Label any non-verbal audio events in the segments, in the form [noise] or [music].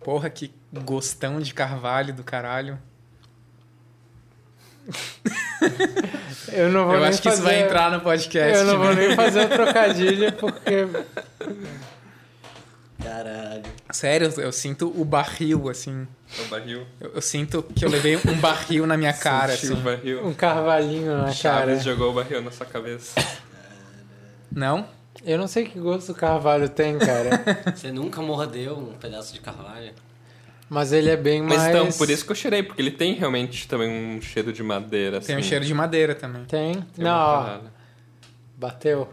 Porra, que gostão de carvalho do caralho. Eu não vou Eu nem acho que isso fazer- vai entrar no podcast. Eu não vou né? nem fazer o trocadilho, porque. Caralho. Sério, eu sinto o barril, assim. É o barril. Eu, eu sinto que eu levei um barril na minha cara, Sentiu assim. o barril. Um carvalhinho na cara. Chaves jogou o barril na sua cabeça. Não? Eu não sei que gosto o carvalho tem, cara. Você nunca mordeu um pedaço de carvalho? Mas ele é bem mais. Mas então, por isso que eu cheirei, porque ele tem realmente também um cheiro de madeira, assim. Tem um cheiro de madeira também. Tem. Tem uma não, ó. parada. Bateu.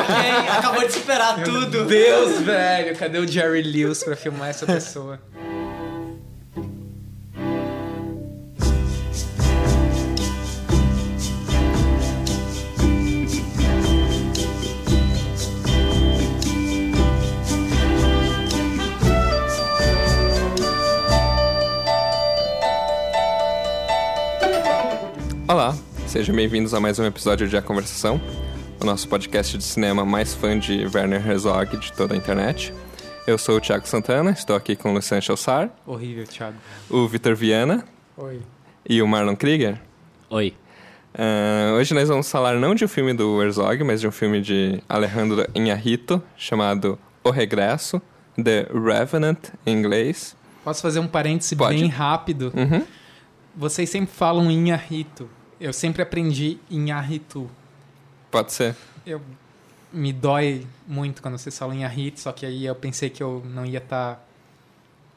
Ok, acabou de superar tudo. Deus, velho, cadê o Jerry Lewis pra filmar essa pessoa? Olá, sejam bem-vindos a mais um episódio de A Conversação, o nosso podcast de cinema mais fã de Werner Herzog de toda a internet. Eu sou o Thiago Santana, estou aqui com o Luciano Chalsar, Horrível, Thiago. o Vitor Viana Oi. e o Marlon Krieger. Oi. Ah, hoje nós vamos falar não de um filme do Herzog, mas de um filme de Alejandro Inharrito, chamado O Regresso, The Revenant, em inglês. Posso fazer um parêntese Pode. bem rápido? Uhum. Vocês sempre falam Inharito. Eu sempre aprendi Inharito. Pode ser. Eu me dói muito quando vocês falam Inharito, só que aí eu pensei que eu não ia estar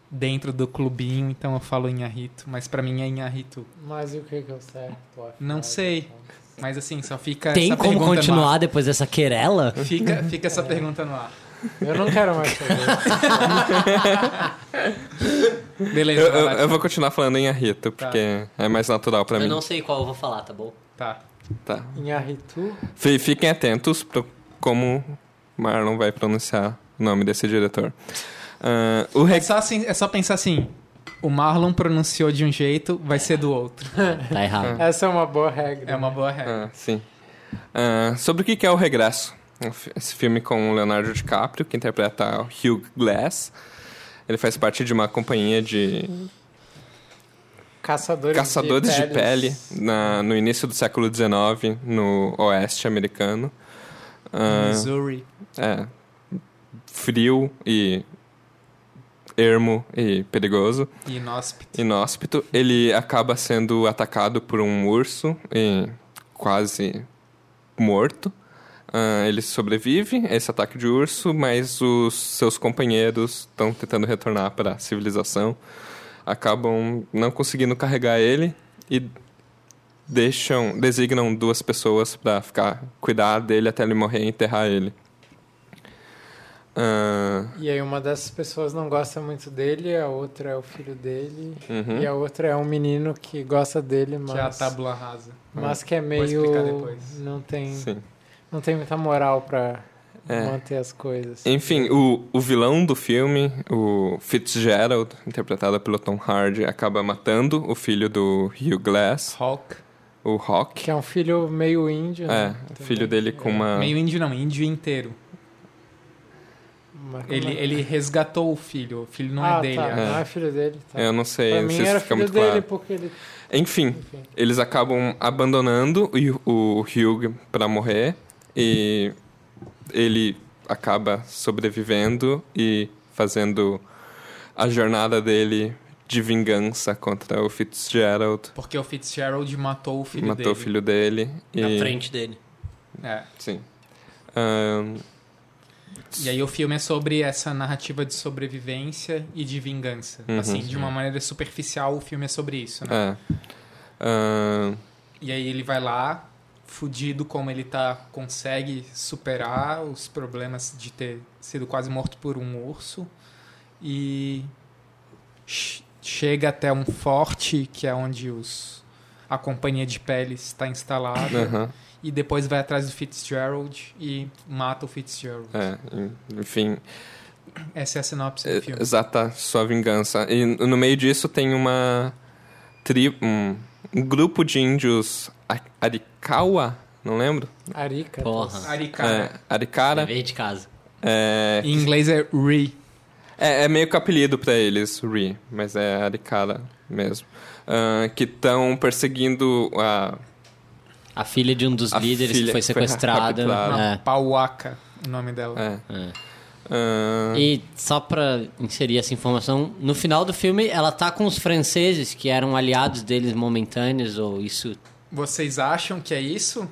dentro do clubinho, então eu falo Inharito, mas pra mim é Inharito. Mas e o que que eu certo? então. afinal Não de sei. contas? Mas assim, só fica Tem essa como pergunta é continuar no ar. depois dessa querela? Fica, fica essa pergunta no ar. Eu não quero mais [laughs] saber. Beleza, Eu, eu- vai lá. eu vou continuar falando Inharrito, Tá. porque é mais natural pra Eu mim. não sei qual eu vou falar, tá bom? Tá. Tá. Inharitu? F- Fiquem atentos para como Marlon vai pronunciar o nome desse diretor. Ah, o É Rex só, assim, é só pensar assim: o Marlon pronunciou de um jeito, vai ser do outro. Tá errado. Essa é uma boa regra. É uma boa regra. Ah, sim. Ah, sobre o que que é o Regresso? Um fi- Esse filme com o Leonardo DiCaprio, que interpreta o Hugh Glass. Ele faz parte de uma companhia de Caçadores, caçadores de pele, peles. na- no início do século XIX, no oeste americano. Ah, Missouri. é, frio e ermo e perigoso. Inóspito. inóspito. Ele acaba sendo atacado por um urso e quase morto. Ah, ele sobrevive a esse ataque de urso, mas os seus companheiros estão tentando retornar para a civilização. Acabam não conseguindo carregar ele e deixam, designam duas pessoas para ficar cuidar dele até ele morrer e enterrar ele. Ah, E aí uma dessas pessoas não gosta muito dele, a outra é o filho dele, Hum? uhum. e a outra é um menino que gosta dele, Que é a mas tábua rasa. mas que é explicar meio depois. não tem Sim. não tem muita moral pra É. manter as coisas. Enfim, o, o vilão do filme, o Fitzgerald, interpretado pelo Tom Hardy, acaba matando o filho do Hugh Glass, Hawk. o Rock. Que é um filho meio índio, É, né? é, Também. filho dele com uma. Meio índio, não, índio inteiro. Mas como Ele, é? ele resgatou o filho. O filho não ah, é dele. Tá, agora. Não é filho dele, tá. Eu não sei, pra não mim sei era se fica filho muito dele claro. porque ele, Enfim, enfim, eles acabam abandonando o, o Hugh pra morrer e ele acaba sobrevivendo e fazendo a jornada dele de vingança contra o Fitzgerald. Porque o Fitzgerald matou o filho matou dele. o filho dele. Na e... frente dele. É. Sim. Ahn, E aí o filme é sobre essa narrativa de sobrevivência e de vingança. Uhum. assim, de uma maneira superficial, o filme é sobre isso, né? é. Ahn, E aí ele vai lá, fudido como ele tá, consegue superar os problemas de ter sido quase morto por um urso e ch- chega até um forte que é onde os a companhia de peles está instalada aham, e depois vai atrás do Fitzgerald e mata o Fitzgerald. é, enfim, Essa é a sinopse do é, filme. exata sua vingança. E no meio disso tem uma tri, um, um grupo de índios A- Arikawa, não lembro? Arica. Porra. Arikara. É, Arikara. Veio de casa. É, Em inglês é Re. É, é meio que apelido pra eles, Ri, mas é Arikara mesmo. Ah, que estão perseguindo a. A filha de um dos A líderes filha que foi que foi sequestrada. raptada. A Pauaca, o nome dela. é. É. Ah, E só pra inserir essa informação, no final do filme ela tá com os franceses, que eram aliados deles momentâneos, ou isso. Vocês acham que é isso?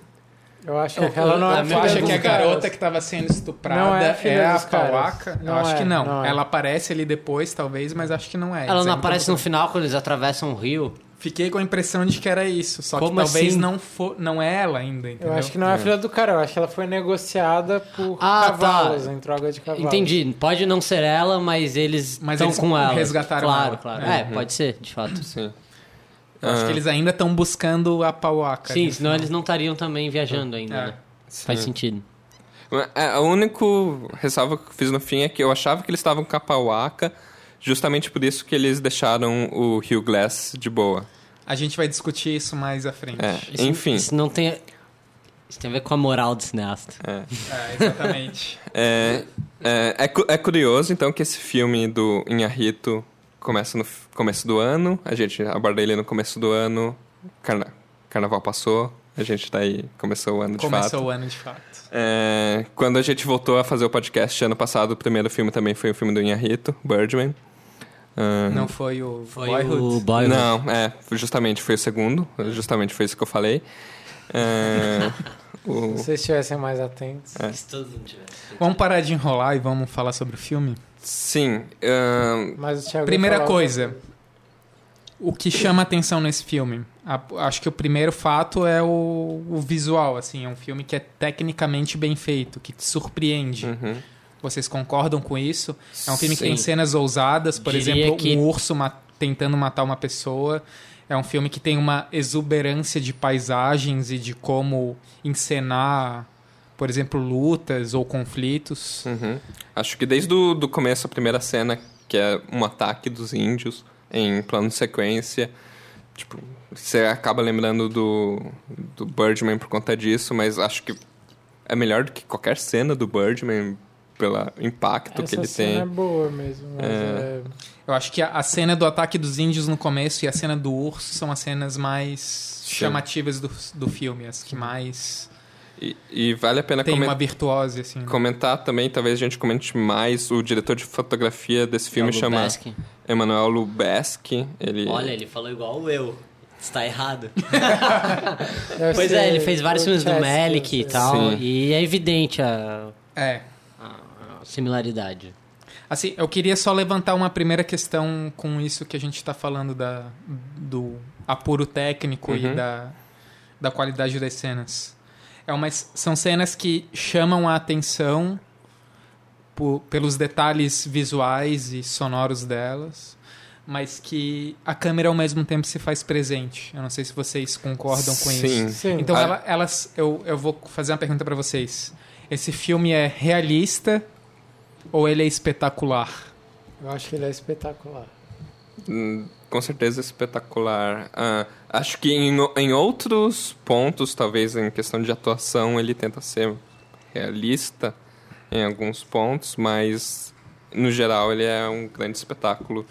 Eu acho que Eu- aquela não eu- é eu Tu filha acho acha dos que a caras. garota que estava sendo estuprada Não é a é, filha a dos caras. Pauaca? Eu Não acho é, que não. não é. Ela aparece ali depois, talvez, mas acho que não é. Ela Eles ainda não aparece tão- no final quando eles atravessam o rio. Fiquei com a impressão de que era isso, só Como que talvez assim? não for, não é ela ainda, entendeu? Eu acho que não é a filha do cara, eu acho que ela foi negociada por Ah, tá. cavalos, em troca de cavalos. Entendi, pode não ser ela, mas eles Mas estão eles com ela. resgataram claro, ela. claro. É. É, pode ser, de fato. sim. Eu acho Ah, que eles ainda estão buscando a Pauaca. Sim, né? senão eles não estariam também viajando ainda, É. né? Faz sentido. É, o único ressalva que eu fiz no fim é que eu achava que eles estavam com a Pauaca, justamente por isso que eles deixaram o Rio Glass de boa. A gente vai discutir isso mais à frente. É, Isso- enfim. Isso não tem. Isso tem a ver com a moral do cineasta. É. É, exatamente. É, é, é cu- é curioso, então, que esse filme do Inharito começa no f- começo do ano. A gente aborda ele no começo do ano. Carna- Carnaval passou. A gente tá aí, começou o ano [laughs] de Começou fato. o ano de fato. É, quando a gente voltou a fazer o podcast ano passado, o primeiro filme também foi o filme do Inharito, Birdman. Ah, Não foi o Foi Boyhood. o Boyhood. Não, é, justamente foi o segundo. Justamente foi isso que eu falei. É, o- Se vocês estivessem mais atentos. Se todo mundo tivesse. Vamos parar de enrolar e vamos falar sobre o filme? sim, ahn, Mas o Thiago ia Primeira falar- coisa. O que chama atenção nesse filme? A- acho que o primeiro fato é o, o visual, assim, é um filme que é tecnicamente bem feito, que te surpreende. uhum. Vocês concordam com isso? É um filme que tem Sim. cenas ousadas, por Diria exemplo, que- um urso ma- tentando matar uma pessoa. É um filme que tem uma exuberância de paisagens e de como encenar, por exemplo, lutas ou conflitos. Uhum. Acho que desde o do começo, a primeira cena, que é um ataque dos índios em plano de sequência, tipo, você acaba lembrando do, do Birdman por conta disso, mas acho que é melhor do que qualquer cena do Birdman pelo impacto que Essa ele cena é tem. boa mesmo, mas É. é... Eu acho que a, a cena do ataque dos índios no começo e a cena do urso são as cenas mais chamativas do, do filme, as que mais E, e vale a pena tem comen- uma virtuose, assim. né? comentar também, talvez a gente comente mais, o diretor de fotografia desse filme Paulo chama Baskin. Emanuel Lubezki. Ele... Olha, ele falou igual eu. Está errado. Deve Pois ser é, ele fez vários filmes do grotesco, Melick e sei. tal, Sim. e é evidente a, É. a- a similaridade. Assim, eu queria só levantar uma primeira questão com isso que a gente está falando da, do apuro técnico Uhum. e da, da qualidade das cenas. É umas, são cenas que chamam a atenção po- pelos detalhes visuais e sonoros delas, mas que a câmera ao mesmo tempo se faz presente. Eu não sei se vocês concordam com isso. Sim. Sim. Então, Ah. ela- elas, eu, eu vou fazer uma pergunta pra vocês. Esse filme é realista ou ele é espetacular? Eu acho que ele é espetacular. Hum, Com certeza espetacular. Ah, acho que em, o- em outros pontos, talvez em questão de atuação, ele tenta ser realista em alguns pontos, mas no geral ele é um grande espetáculo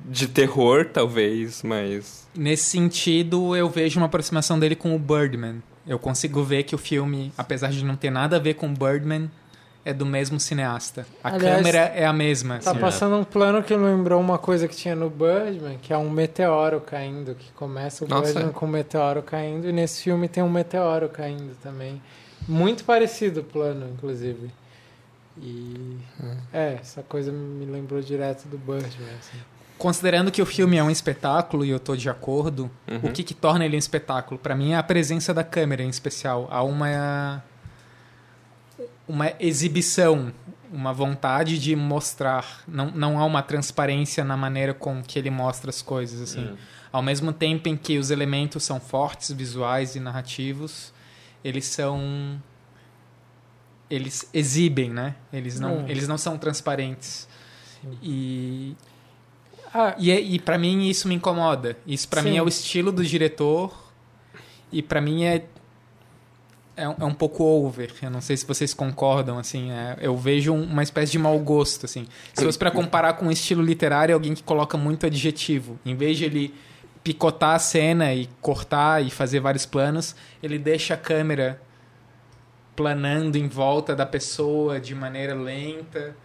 de terror, talvez, mas. Nesse sentido, eu vejo uma aproximação dele com o Birdman. Eu consigo ver que o filme, apesar de não ter nada a ver com o Birdman, é do mesmo cineasta. A Aliás, câmera é a mesma. Tá assim. passando um plano que lembrou uma coisa que tinha no Birdman, que é um meteoro caindo, que começa o Nossa. Birdman com um meteoro caindo, e nesse filme tem um meteoro caindo também. Muito parecido o plano, inclusive. E. Hum. É, essa coisa me lembrou direto do Birdman. Assim. Considerando que o filme é um espetáculo e eu tô de acordo, o que, que torna ele um espetáculo? Pra mim é a presença da câmera em especial. Há uma uma exibição, uma vontade de mostrar. Não, não há uma transparência na maneira com que ele mostra as coisas. Assim. Ao mesmo tempo em que os elementos são fortes, visuais e narrativos, eles são eles exibem, né? Eles não, Hum. eles não são transparentes. E Ah, e, é- e para mim isso me incomoda. Isso pra é Sim. mim é o estilo do diretor e pra mim é é, um- é um pouco over. Eu não sei se vocês concordam, assim. é- eu vejo um- uma espécie de mau gosto, assim. Se fosse para comparar com um estilo literário, é alguém que coloca muito adjetivo. Em vez de ele picotar a cena e cortar e fazer vários planos, ele deixa a câmera planando em volta da pessoa de maneira lenta,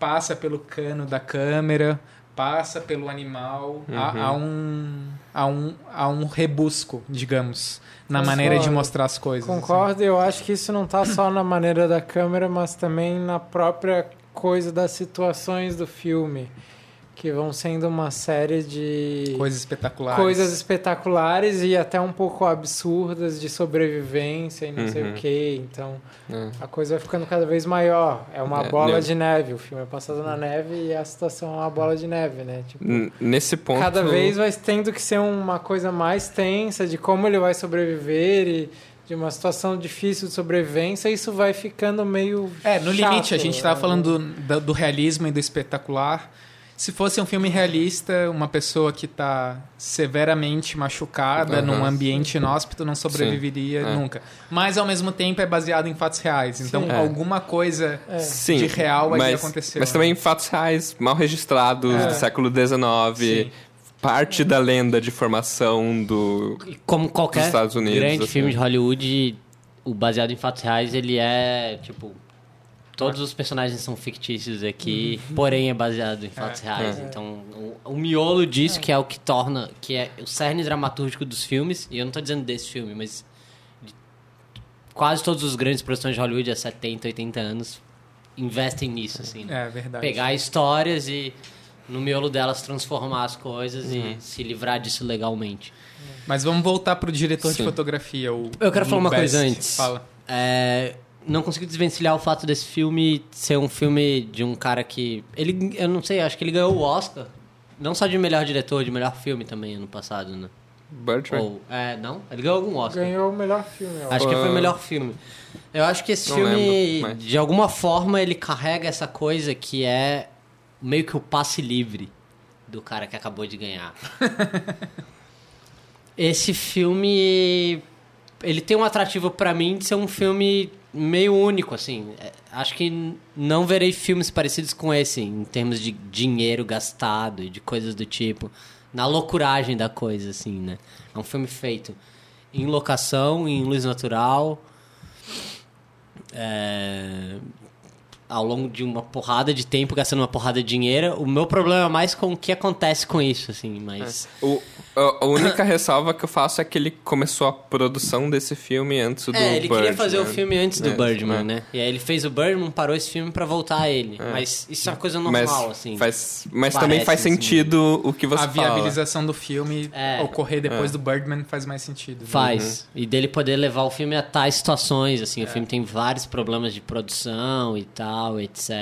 passa pelo cano da câmera, passa pelo animal, há, há um há um há um rebusco, digamos, na Concordo. maneira de mostrar as coisas. assim. Concordo, eu acho que isso não tá só na maneira da câmera, mas também na própria coisa das situações do filme, que vão sendo uma série de Coisas espetaculares. coisas espetaculares e até um pouco absurdas de sobrevivência e não sei o Uhum. que. Então É. a coisa vai ficando cada vez maior. É uma É, bola neve. de neve. O filme é passado na neve e a situação é uma bola de neve, né? Tipo, N- Nesse ponto. Cada vez vai tendo que ser uma coisa mais tensa de como ele vai sobreviver e de uma situação difícil de sobrevivência, isso vai ficando meio. É, no chato, limite, a gente né? estava falando do, do realismo e do espetacular. Se fosse um filme realista, uma pessoa que está severamente machucada Aham, num sim. ambiente inóspito não sobreviveria é. nunca. Mas, ao mesmo tempo, é baseado em fatos reais. Então, Sim. É. alguma coisa É. Sim, de real ali mas, aconteceu, Mas né? também fatos reais mal registrados É. do século XIX. Sim. Parte da lenda de formação do. Como qualquer Dos Estados Unidos, grande assim. filme de Hollywood, o baseado em fatos reais, ele é, tipo... Todos os personagens são fictícios aqui, porém é baseado em fatos reais. É. Então, o, o miolo disso, que é o que torna... Que é o cerne dramatúrgico dos filmes, e eu não tô dizendo desse filme, mas... de- quase todos os grandes produções de Hollywood há 70, 80 anos investem nisso, assim. né? É verdade. Pegar histórias e... No miolo delas transformar as coisas Uhum. e se livrar disso legalmente. Mas vamos voltar pro diretor de Sim. fotografia. O Eu quero falar uma Lubezki. coisa antes. Fala. É, não consigo desvencilhar o fato desse filme ser um filme de um cara que. Ele, eu não sei, acho que ele ganhou o Oscar. Não só de melhor diretor, de melhor filme também ano passado, né? Birdman. Ou, é, não? Ele ganhou algum Oscar. Ganhou o melhor filme, eu acho. Acho que foi Ah. o melhor filme. Eu acho que esse Não filme, lembro, mas- de alguma forma, ele carrega essa coisa que é meio que o passe livre do cara que acabou de [laughs] ganhar. esse filme, ele tem um atrativo pra mim de ser um filme meio único, assim. É, Acho que n- não verei filmes parecidos com esse, em termos de dinheiro gastado e de coisas do tipo. Na loucuragem da coisa, assim, né? É um filme feito em locação, em luz natural, é, ao longo de uma porrada de tempo, gastando uma porrada de dinheiro. O meu problema é mais com o que acontece com isso, assim, mas... O- a, a única ressalva que eu faço é que ele começou a produção desse filme antes do É, ele queria Birdman. fazer o filme antes do É, Birdman, é. né? E aí ele fez o Birdman, parou esse filme pra voltar a ele. Mas isso é uma coisa normal, Mas, assim. faz, mas Parece, também faz assim. sentido o que você A fala. viabilização do filme É. ocorrer depois do Birdman faz mais sentido. né? Faz. Uhum. E dele poder levar o filme a tais situações, É. assim. O filme tem vários problemas de produção e tal, etc.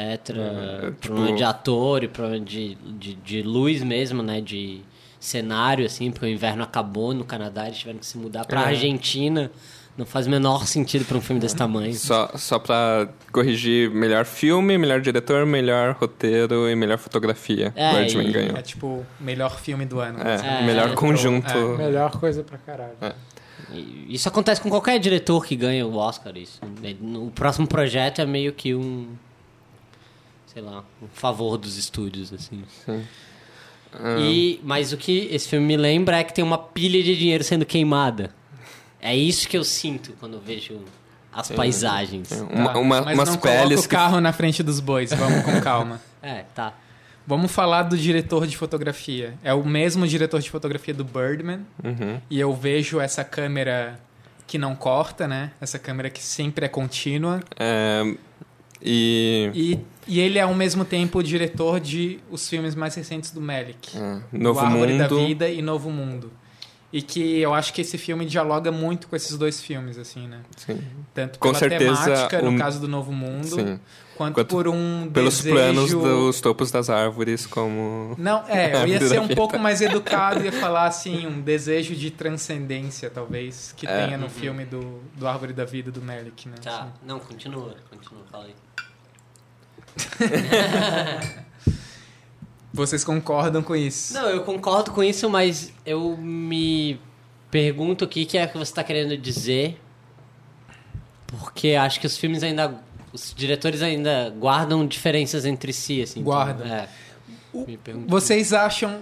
problema tipo- de ator e problema de, de, de luz mesmo, né? De cenário, assim, porque o inverno acabou no Canadá, eles tiveram que se mudar É. pra Argentina. Não faz o menor sentido pra um filme desse tamanho. Só, só pra corrigir, melhor filme, melhor diretor, melhor roteiro e melhor fotografia. É, Birdman e- ganhou. É tipo, melhor filme do ano. É, É, melhor é. conjunto. Melhor coisa pra caralho. E Isso acontece com qualquer diretor que ganha o Oscar, isso. O próximo projeto é meio que um. Sei lá, um favor dos estúdios, assim. Ah. E, mas o que esse filme me lembra é que tem uma pilha de dinheiro sendo queimada. É isso que eu sinto quando eu vejo as paisagens. Uma- Tá, uma- mas umas não coloca peles o que carro na frente dos bois, vamos com [laughs] calma. É, tá. Vamos falar do diretor de fotografia. É o mesmo diretor de fotografia do Birdman. Uhum. E eu vejo essa câmera que não corta, né? Essa câmera que sempre é contínua. É, e E, e ele é ao mesmo tempo o diretor de os filmes mais recentes do Melick. é, Novo o Árvore da Mundo. Vida e Novo Mundo. E que eu acho que esse filme dialoga muito com esses dois filmes, assim, né? Sim, Tanto Com pela certeza, temática, um- no caso do Novo Mundo, sim. quanto, Quanto por um Pelos desejo... planos dos topos das árvores, como. Não, [laughs] é, eu ia Árvore ser da um Vida. pouco mais educado e ia falar, assim, um desejo de transcendência, talvez, que É. tenha no filme do, do Árvore da Vida, do Melick, né? Tá. Não, continua, continua, fala aí. Vocês concordam com isso? Não, eu concordo com isso, mas eu me pergunto o que, que é que você está querendo dizer tá Porque acho que os filmes ainda. Os diretores ainda guardam diferenças entre si, assim. então, Guardam. é. O- Me pergunto. Vocês acham.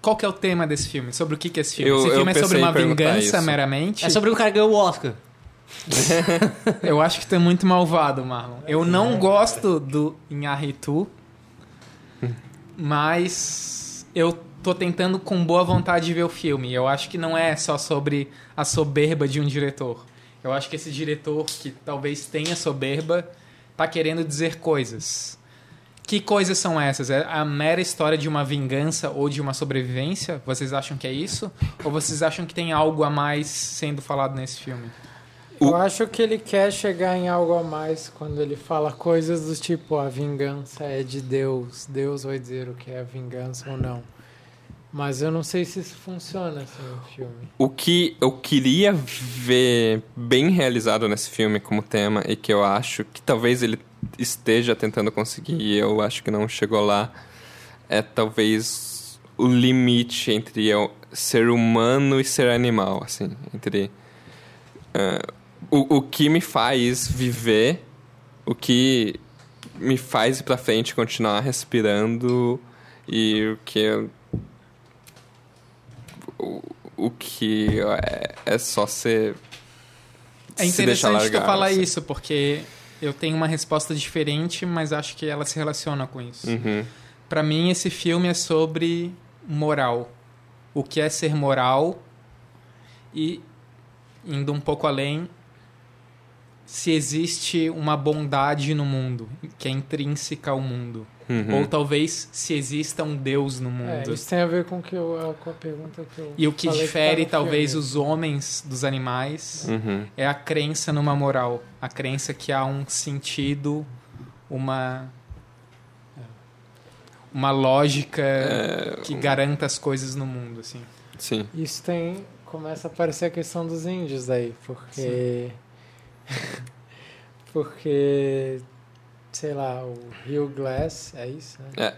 Qual que é o tema desse filme? Sobre o que, que é esse filme? Eu- esse eu filme é sobre pensei em uma perguntar vingança isso. meramente? É sobre um cara que ganhou o Oscar. Eu acho que tu é muito malvado, Marlon. Eu não gosto do Inharritu, mas eu tô tentando com boa vontade de ver o filme. Eu acho que não é só sobre a soberba de um diretor. Eu acho que esse diretor, que talvez tenha soberba, tá querendo dizer coisas. Que coisas são essas? É a mera história de uma vingança ou de uma sobrevivência? Vocês acham que é isso? Ou vocês acham que tem algo a mais sendo falado nesse filme? O- Eu acho que ele quer chegar em algo a mais quando ele fala coisas do tipo a vingança é de Deus, Deus vai dizer o que é a vingança ou não. Mas eu não sei se isso funciona assim no filme. O que eu queria ver bem realizado nesse filme como tema e que eu acho que talvez ele esteja tentando conseguir e eu acho que não chegou lá é talvez o limite entre eu ser humano e ser animal, assim, entre ah, o, o que me faz viver, o que me faz ir pra frente, continuar respirando e o que eu o, o que é, é só ser. É se deixar interessante largar, tu falar assim. isso, porque eu tenho uma resposta diferente, mas acho que ela se relaciona com isso. Uhum. Pra mim, esse filme é sobre moral. O que é ser moral e, indo um pouco além, se existe uma bondade no mundo, que é intrínseca ao mundo. Uhum. Ou talvez se exista um Deus no mundo. É, isso tem a ver com, o que eu, com a pergunta que eu e o que falei difere, tá no talvez, filme. os homens dos animais Uhum. é a crença numa moral, a crença que há um sentido, uma uma lógica É, que um garanta as coisas no mundo, assim. Sim. Isso tem. Começa a aparecer a questão dos índios aí, porque. [laughs] porque. Sei lá, o Rio Glass, é isso? Né? É.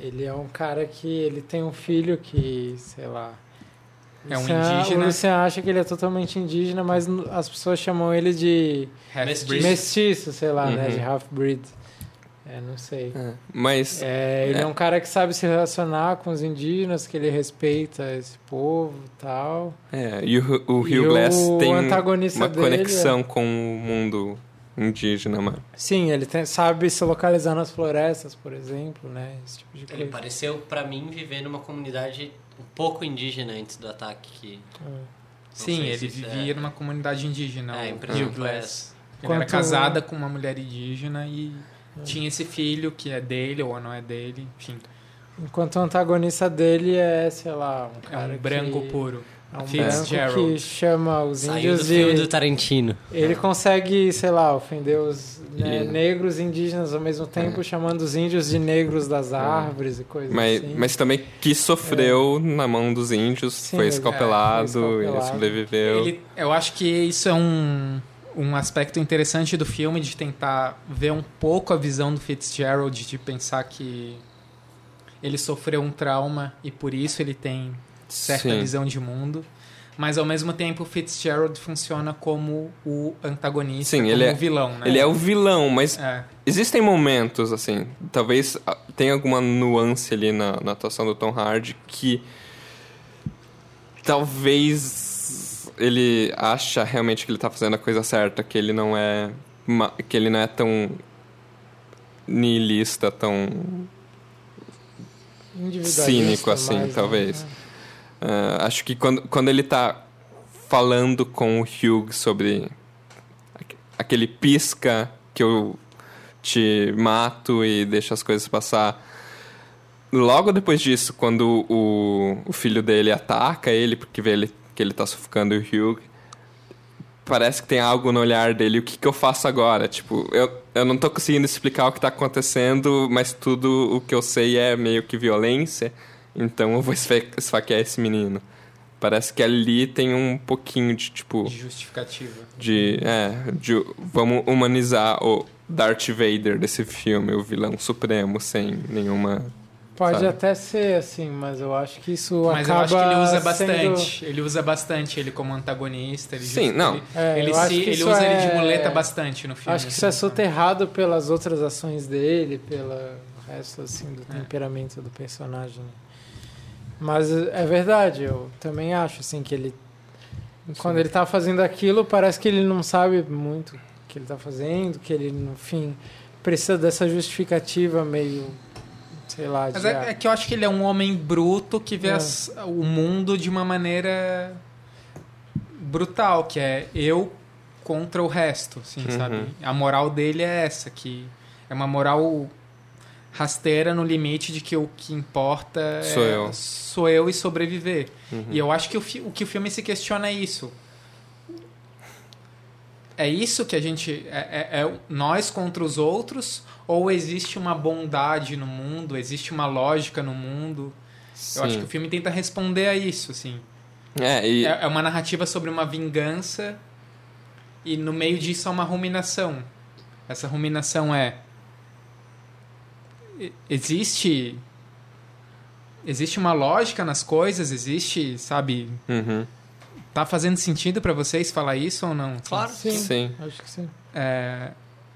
Ele é um cara que. Ele tem um filho que, sei lá. É um Lucian- indígena. O Lucian acha que ele é totalmente indígena, mas n- as pessoas chamam ele de Half-breed. Mestiço. mestiço, sei lá, né? Uhum. De half-breed. É, não sei. Mas. É, ele é. É. um cara que sabe se relacionar com os indígenas, que ele respeita esse povo e tal. é, e o, o E Rio o Glass tem antagonista uma dele é- conexão com o mundo indígena, mano. Sim, ele tem- sabe se localizar nas florestas, por exemplo, né? Esse tipo de Ele coisa. pareceu, pra mim, viver numa comunidade um pouco indígena antes do ataque que... É. Sim, sei se ele isso é- vivia numa comunidade indígena, É, é, impressão Rio que Glass. Ele era Quanto- casada com uma mulher indígena e tinha esse filho que é dele ou não é dele, enfim, Enquanto o antagonista dele é, sei lá, um é um cara que- branco puro. É um branco que Fitzgerald. chama os Saiu do índios filme de... do Tarantino. Ele consegue, sei lá, ofender os né, E- negros e indígenas ao mesmo tempo, chamando os índios de negros das árvores e coisas É. Mas, assim. mas também que sofreu na mão dos índios, É. Sim, foi ele- escalpelado, é, foi escalpelado. ele sobreviveu. Ele- eu acho que isso é um, um aspecto interessante do filme, de tentar ver um pouco a visão do Fitzgerald, de pensar que ele sofreu um trauma e por isso ele tem certa Sim. visão de mundo. Mas ao mesmo tempo, o Fitzgerald funciona como o antagonista, Sim, como ele é- o vilão, né? Ele é o vilão, mas É. Existem momentos, assim, talvez ah, tenha alguma nuance ali na, na atuação do Tom Hardy que talvez ele acha realmente que ele tá fazendo a coisa certa, que ele não é ma- que ele não é tão nihilista, tão Individualista, cínico, assim, mais, né? talvez. Ah, acho que quando, quando ele tá falando com o Hugh sobre aque- aquele pisca que eu te mato e deixo as coisas passar. Logo depois disso, quando o, o filho dele ataca ele, porque vê ele, que ele tá sufocando o Hugh, parece que tem algo no olhar dele. O que, que eu faço agora? Tipo, eu, eu não tô conseguindo explicar o que tá acontecendo, mas tudo o que eu sei é meio que violência. Então eu vou esfa- esfaquear esse menino. Parece que ali tem um pouquinho de, tipo... de Justificativa. De. É, de. Vamos humanizar o Darth Vader desse filme, o vilão supremo, sem nenhuma Pode sabe? até ser, assim, mas eu acho que isso Mas eu acaba acho que ele usa sendo- bastante. Ele usa bastante ele como antagonista. Ele Sim, just- não. Ele, É, ele eu se- acho que ele isso usa ele é- de muleta bastante no filme. Acho que isso é assim, sabe? soterrado pelas outras ações dele, pelo resto assim É. do temperamento do personagem. né? Mas é verdade, eu também acho assim que ele quando ele tá fazendo aquilo, parece que ele não sabe muito o que ele tá fazendo, que ele no fim precisa dessa justificativa meio sei lá, Mas de, ah, é, é que eu acho que ele é um homem bruto que vê É. as- o mundo de uma maneira brutal, que é eu contra o resto, assim, Uhum. sabe? A moral dele é essa, que é uma moral rasteira no limite de que o que importa Sou é, eu. sou eu e sobreviver. Uhum. E eu acho que o, fi- o que o filme se questiona é isso. É isso que a gente. É, é- é nós contra os outros? Ou existe uma bondade no mundo? Existe uma lógica no mundo? Sim. Eu acho que o filme tenta responder a isso, assim. É, e, É, é uma narrativa sobre uma vingança e no meio disso há uma ruminação. Essa ruminação é e- existe existe uma lógica nas coisas, existe, sabe, Uhum. tá fazendo sentido pra vocês falar isso ou não? Assim, Claro. Sim. Sim. acho que sim. É,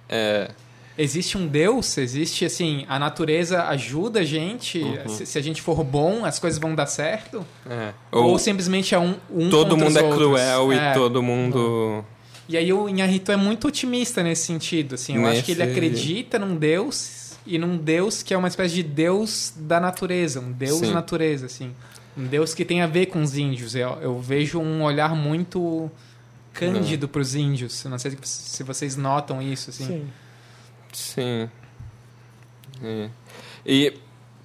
É, existe um Deus, existe assim, a natureza ajuda a gente, Uhum. se, se a gente for bom, as coisas vão dar certo? é. Ou, Ou, simplesmente é um, um todo contra os mundo é outros? cruel É. e todo mundo. E aí o Inharito é muito otimista nesse sentido, assim. Eu acho que ele Nesse- acredita num Deus e num Deus que é uma espécie de Deus da natureza, um Deus Sim. natureza, assim. Um Deus que tem a ver com os índios. Eu, eu vejo um olhar muito cândido Hum. para os índios. Eu não sei se vocês notam isso, assim. Sim. Sim. É. E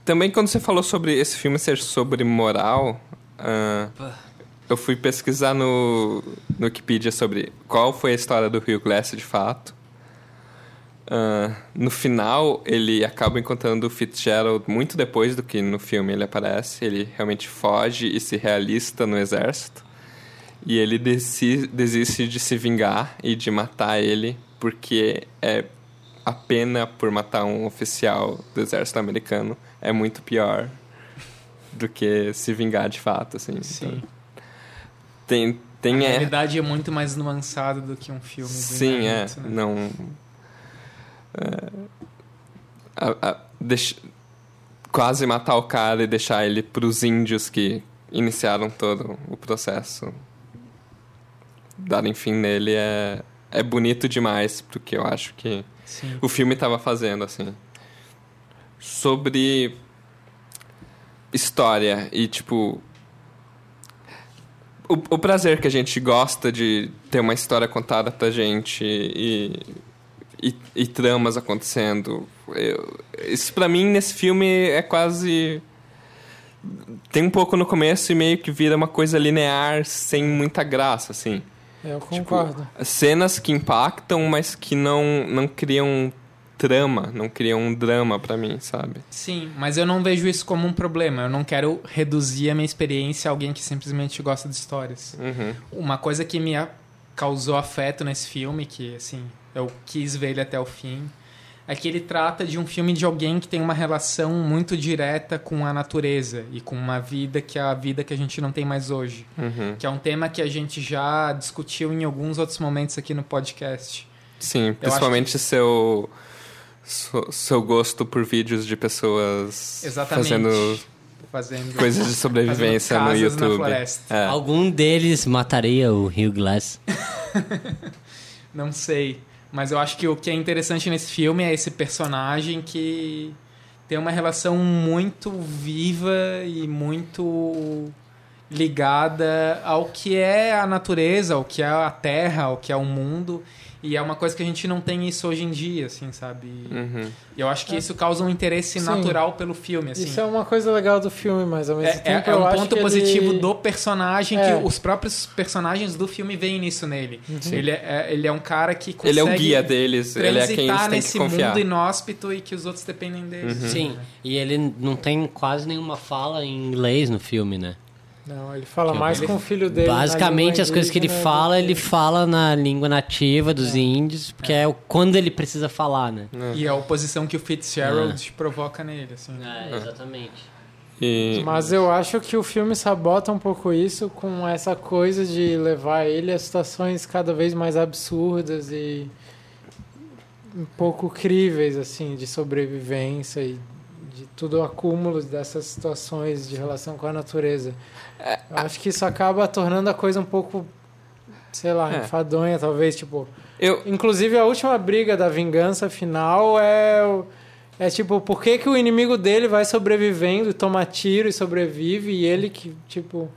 também quando você falou sobre esse filme ser sobre moral, ah, eu fui pesquisar no, no Wikipedia sobre qual foi a história do Rio Glass de fato. Ah, no final, ele acaba encontrando o Fitzgerald muito depois do que no filme ele aparece. Ele realmente foge e se realista no exército. E ele desi- desiste de se vingar e de matar ele, porque é a pena por matar um oficial do exército americano é muito pior do que se vingar de fato, assim. Sim. Então, tem tem A é- realidade é muito mais nuançada do que um filme do Sim, é. Inharito, né? Não. é, a- a- deix- quase matar o cara e deixar ele pros índios que iniciaram todo o processo. Darem fim nele é, é bonito demais pro que eu acho que Sim. o filme tava fazendo, assim. Sobre história e, tipo. O, o prazer que a gente gosta de ter uma história contada pra gente e, e, e tramas acontecendo. Eu- isso pra mim nesse filme é quase. Tem um pouco no começo e meio que vira uma coisa linear sem muita graça, assim Eu Tipo, concordo. cenas que impactam, mas que não, não criam trama, não criam um drama pra mim, sabe? Sim, mas eu não vejo isso como um problema. Eu não quero reduzir a minha experiência a alguém que simplesmente gosta de histórias. Uhum. Uma coisa que me a- causou afeto nesse filme, que assim, eu quis ver ele até o fim, é que ele trata de um filme de alguém que tem uma relação muito direta com a natureza e com uma vida que é a vida que a gente não tem mais hoje. Uhum. Que é um tema que a gente já discutiu em alguns outros momentos aqui no podcast. Sim, principalmente seu, seu seu gosto por vídeos de pessoas Exatamente. fazendo Fazendo coisas de sobrevivência fazendo no casas na YouTube. floresta. É. Algum deles mataria o Rio Glass. Não sei. Mas eu acho que o que é interessante nesse filme é esse personagem que tem uma relação muito viva e muito ligada ao que é a natureza, ao que é a terra, ao que é o mundo. E é uma coisa que a gente não tem isso hoje em dia, assim, sabe? Uhum. E eu acho que isso causa um interesse É. Sim. natural pelo filme, assim. Isso é uma coisa legal do filme, mas ao mesmo É- é, tempo é eu um acho ponto que positivo ele... do personagem É. que os próprios personagens do filme veem isso nele. Sim. Ele é, é- ele é um cara que consegue Ele é o guia deles, ele é quem eles transitar têm que nesse confiar. Uhum. mundo inóspito e que os outros Uhum. dependem dele. Sim, e ele não tem quase nenhuma fala em inglês no filme, né? Não, ele fala Que mais ele- com o filho dele. é na Basicamente, língua as coisas que ele indígena fala, do que- ele fala na língua nativa dos índios, porque é, o quando ele precisa falar, né? E a oposição que o É. Fitzgerald provoca nele, assim. É, exatamente. E, Mas eu acho que o filme sabota um pouco isso com essa coisa de levar ele a situações cada vez mais absurdas e um pouco críveis, assim, de sobrevivência e de tudo o acúmulo dessas situações de relação com a natureza. Eu acho que isso acaba tornando a coisa um pouco, sei lá, É. enfadonha, talvez, tipo... eu, Inclusive, a última briga da vingança final é. o- É tipo, por que, que o inimigo dele vai sobrevivendo, toma tiro e sobrevive, e ele que, tipo,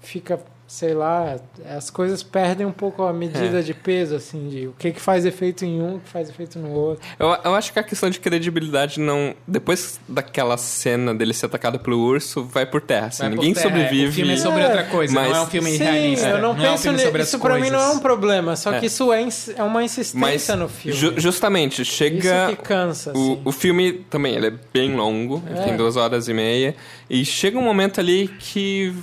fica, sei lá, as coisas perdem um pouco a medida É. de peso, assim, de o que, que faz efeito em um, o que faz efeito no outro. eu, eu acho que a questão de credibilidade não. Depois daquela cena dele ser atacado pelo urso, vai por terra. Assim, Vai por ninguém terra, sobrevive. O filme é sobre É, outra coisa, mas- não é um filme Sim, realista. eu não, é um penso filme nisso. sobre as Isso pra coisas. mim não é um problema, só É. que isso é, ins- é uma Mas, insistência no filme. ju- justamente, chega. Isso que cansa, assim. O, o filme também, ele é bem longo, ele É. tem duas horas e meia. E chega um momento ali que.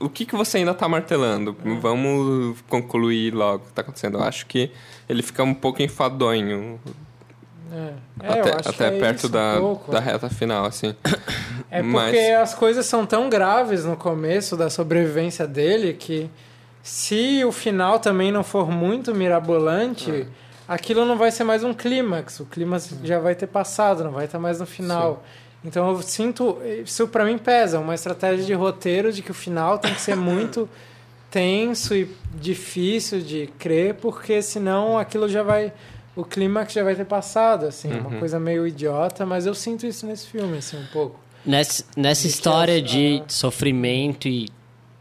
O que, que você ainda tá martelando? É. Vamos concluir logo o que tá acontecendo. Eu acho que ele fica um pouco enfadonho. É, É, eu até acho que até é perto isso um da, pouco, da né? reta final, assim. É porque Mas- as coisas são tão graves no começo da sobrevivência dele que se o final também não for muito mirabolante, aquilo não vai ser mais um clímax. O clímax já vai ter passado, não vai estar mais no final. Então eu sinto, isso pra mim pesa, uma estratégia de roteiro de que o final tem que ser muito tenso e difícil de crer, porque senão aquilo já vai o clímax já vai ter passado, assim, uma coisa meio idiota, mas eu sinto isso nesse filme assim um pouco. Nessa, nessa De que história as- de ah. sofrimento e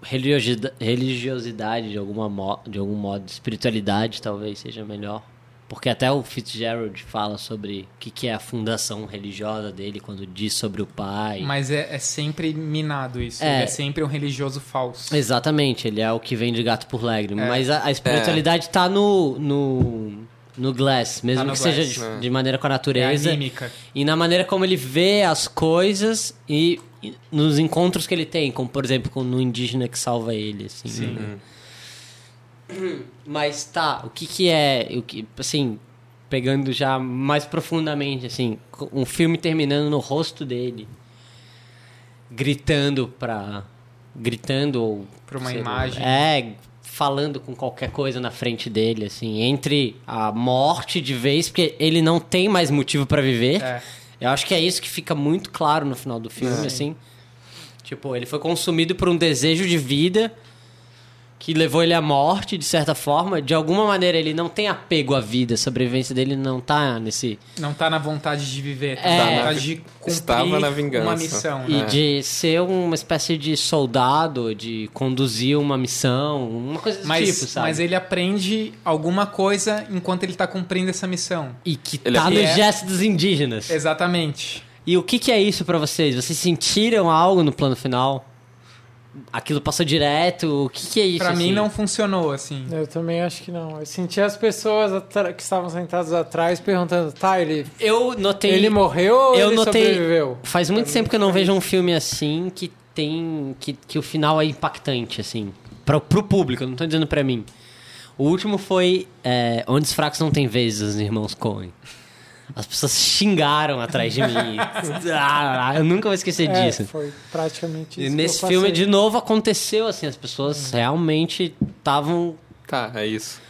religiosidade, religiosidade de, alguma mo- de algum modo, espiritualidade talvez seja melhor. Porque até o Fitzgerald fala sobre o que, que é a fundação religiosa dele quando diz sobre o pai. Mas é, é sempre minado isso. É. Ele é sempre um religioso falso. Exatamente, ele é o que vem de gato por lebre. É. Mas a, a espiritualidade tá no, no, no Glass, mesmo Tá no que Glass, seja de, né? de maneira com É a natureza. anímica. E na maneira como ele vê as coisas e, e nos encontros que ele tem, como por exemplo com no indígena que salva ele, assim. Sim. Uhum. né? Mas tá, o que que é, o que, assim, pegando já mais profundamente, assim, co- um filme terminando no rosto dele, gritando pra, gritando ou... Pra uma sei lá, imagem. É, falando com qualquer coisa na frente dele, assim, entre a morte de vez, porque ele não tem mais motivo pra viver, É. eu acho que é isso que fica muito claro no final do filme, assim. Tipo, ele foi consumido por um desejo de vida que levou ele à morte, de certa forma. De alguma maneira, ele não tem apego à vida. A sobrevivência dele não tá nesse... Não tá na vontade de viver, tá É. na vontade de cumprir Estava na vingança. uma missão. E né? de ser uma espécie de soldado, de conduzir uma missão, uma coisa do Mas, tipo, sabe? mas ele aprende alguma coisa enquanto ele tá cumprindo essa missão. E que Ele tá é- no é- gesto dos indígenas. Exatamente. E o que, que é isso pra vocês? Vocês sentiram algo no plano final? Aquilo passou direto? O que, que é isso? Pra mim assim? não funcionou, assim. Eu também acho que não. Eu senti as pessoas atra- que estavam sentadas atrás perguntando: tá, ele, Eu notei. ele morreu ou eu ele notei- sobreviveu? Faz muito tempo que eu não vejo um filme assim que tem. que, que o final é impactante, assim. Pra, pro público, eu não tô dizendo pra mim. O último foi é, Onde os Fracos Não Tem Vez, dos irmãos Coen. As pessoas xingaram atrás [laughs] de mim. Ah, eu nunca vou esquecer É, disso. foi praticamente E isso. que eu nesse passei. É. filme, de novo, aconteceu assim. As pessoas realmente estavam. Tá, é isso.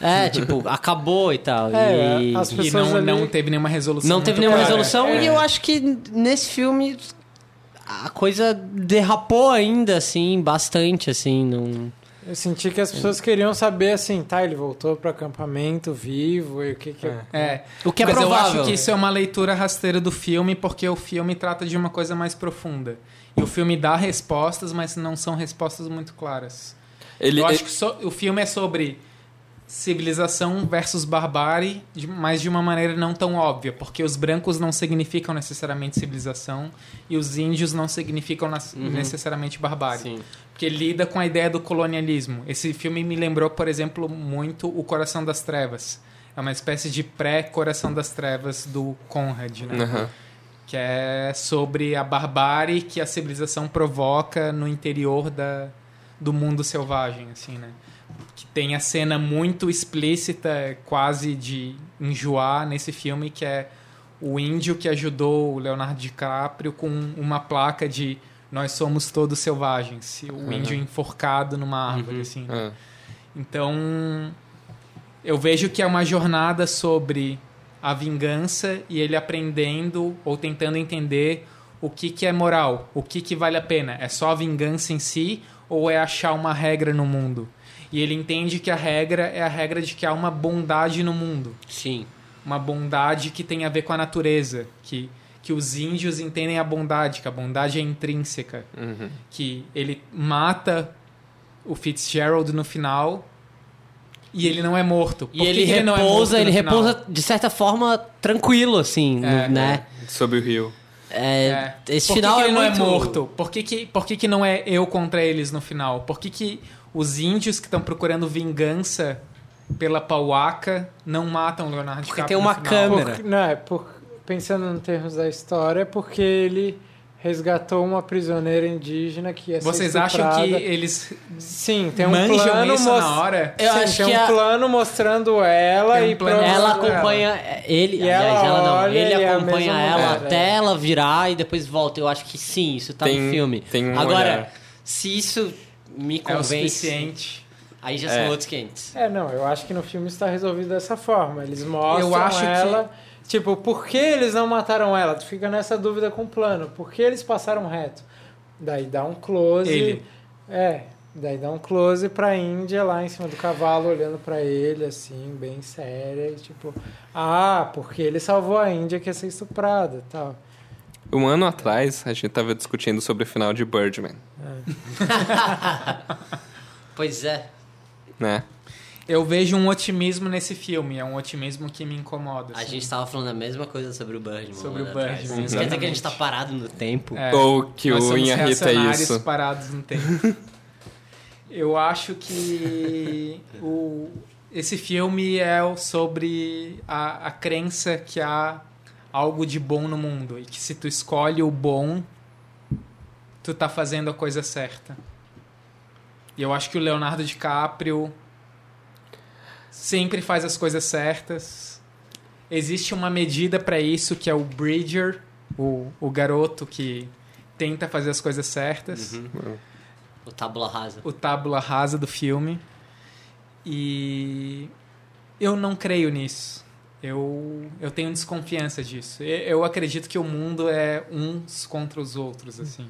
É, tipo, acabou e tal. É, e... as E pessoas não, ali- não teve nenhuma resolução. Não muito teve nenhuma clara. resolução É. e eu acho que nesse filme a coisa derrapou ainda, assim, bastante, assim, não... Eu senti que as pessoas queriam saber assim, tá, ele voltou pro acampamento vivo e o que que É. O que é Mas provável. eu acho que isso é uma leitura rasteira do filme, porque o filme trata de uma coisa mais profunda. E o filme dá respostas, mas não são respostas muito claras. Ele, eu ele- acho que so- o filme é sobre civilização versus barbárie, de- mas de uma maneira não tão óbvia, porque os brancos não significam necessariamente civilização e os índios não significam nas- Uhum. necessariamente barbárie. Porque lida com a ideia do colonialismo. Esse filme me lembrou, por exemplo, muito O Coração das Trevas. É uma espécie de pré-Coração das Trevas do Conrad, né? Aham. que é sobre a barbárie que a civilização provoca no interior da, do mundo selvagem, assim, né? Que tem a cena muito explícita, quase de enjoar nesse filme, que é o índio que ajudou o Leonardo DiCaprio com uma placa de nós somos todos selvagens, o Uhum. índio enforcado numa árvore, Uhum. assim. né? Ah, Então, eu vejo que é uma jornada sobre a vingança e ele aprendendo ou tentando entender o que, que é moral, o que, que vale a pena. É só a vingança em si ou é achar uma regra no mundo? E ele entende que a regra é a regra de que há uma bondade no mundo Sim. uma bondade que tem a ver com a natureza, que, que os índios entendem a bondade, que a bondade é intrínseca, uhum. que ele mata o Fitzgerald no final e ele não é morto. Por E que ele que não é morto repousa, no ele final? repousa de certa forma tranquilo, assim, no- É. né? Sobre o rio. É, É. Esse por que final que ele é não muito... é morto? Por que, que, por que, que não é eu contra eles no final? Por que, que os índios que estão procurando vingança pela Pauaca não matam o Leonardo Porque DiCaprio tem uma no final? câmera. Porque- não, é por, pensando em termos da história, é porque ele resgatou uma prisioneira indígena que ia ser Vocês acham que estuprada. eles Sim, tem um manjam plano... isso mos- na hora? Eu Sim, acho tem que um a- plano mostrando ela Tem um e... plano pro- Ela mostrando acompanha ele, E aliás, ela ela, não, olha e ele é a acompanha mesma ela mulher, até é. ela virar e depois volta. Eu acho que sim, isso tá Tem- no filme. tem um Agora, olhar. se isso me É o convence, suficiente. aí já É. são outros quentes. É, não, eu acho que no filme está resolvido dessa forma. Eles mostram Eu acho que- ela. Tipo, por que eles não mataram ela? Tu fica nessa dúvida com o plano. Por que eles passaram reto? Daí dá um close. Ele. É, daí dá um close pra Índia lá em cima do cavalo, olhando pra ele, assim, bem séria. E tipo, ah, porque ele salvou a Índia que ia ser estuprada e tal. Um ano atrás, a gente tava discutindo sobre o final de Birdman, Pois é. né? Eu vejo um otimismo nesse filme, é um otimismo que me incomoda. A assim. gente tava falando a mesma coisa sobre o Birdman. Sobre lá o atrás. Birdman, né? Não esquece que a exatamente. gente tá parado no tempo. É, Ou que nós o somos Inharita é reacionários isso. parados no tempo. [laughs] Eu acho que o, esse filme é o- sobre a, a crença que há algo de bom no mundo e que se tu escolhe o bom, tu tá fazendo a coisa certa. E eu acho que o Leonardo DiCaprio sempre faz as coisas certas. Existe uma medida para isso que é o Bridger, o, o garoto que tenta fazer as coisas certas, Uhum. O tábula rasa. o tábula rasa do filme. E eu não creio nisso. Eu, eu tenho desconfiança disso. E- Eu acredito que o mundo é uns contra os outros, assim.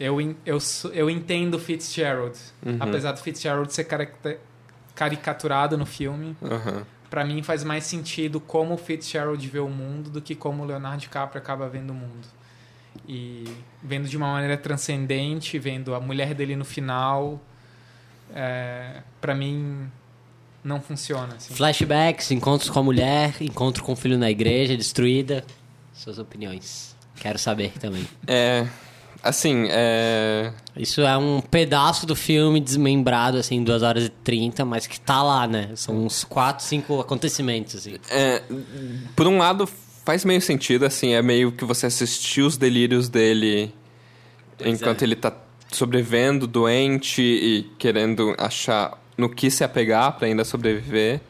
Eu, en- eu, sou- eu entendo Fitzgerald. Uhum. Apesar do Fitzgerald ser caracte- caricaturado no filme, Aham. Pra mim faz mais sentido como o Fitzgerald vê o mundo do que como o Leonardo DiCaprio acaba vendo o mundo. E vendo de uma maneira transcendente, vendo a mulher dele no final, é, para mim não funciona. Assim. Flashbacks, encontros com a mulher, encontro com o filho na igreja, destruída. Suas opiniões. Quero saber também. É. Assim, é. Isso é um pedaço do filme desmembrado, assim, 2 horas e 30, mas que tá lá, né? São uns 4, 5 acontecimentos, assim. É, por um lado, faz meio sentido, assim, é meio que você assistir os delírios dele enquanto é. ele tá sobrevivendo, doente e querendo achar no que se apegar pra ainda sobreviver.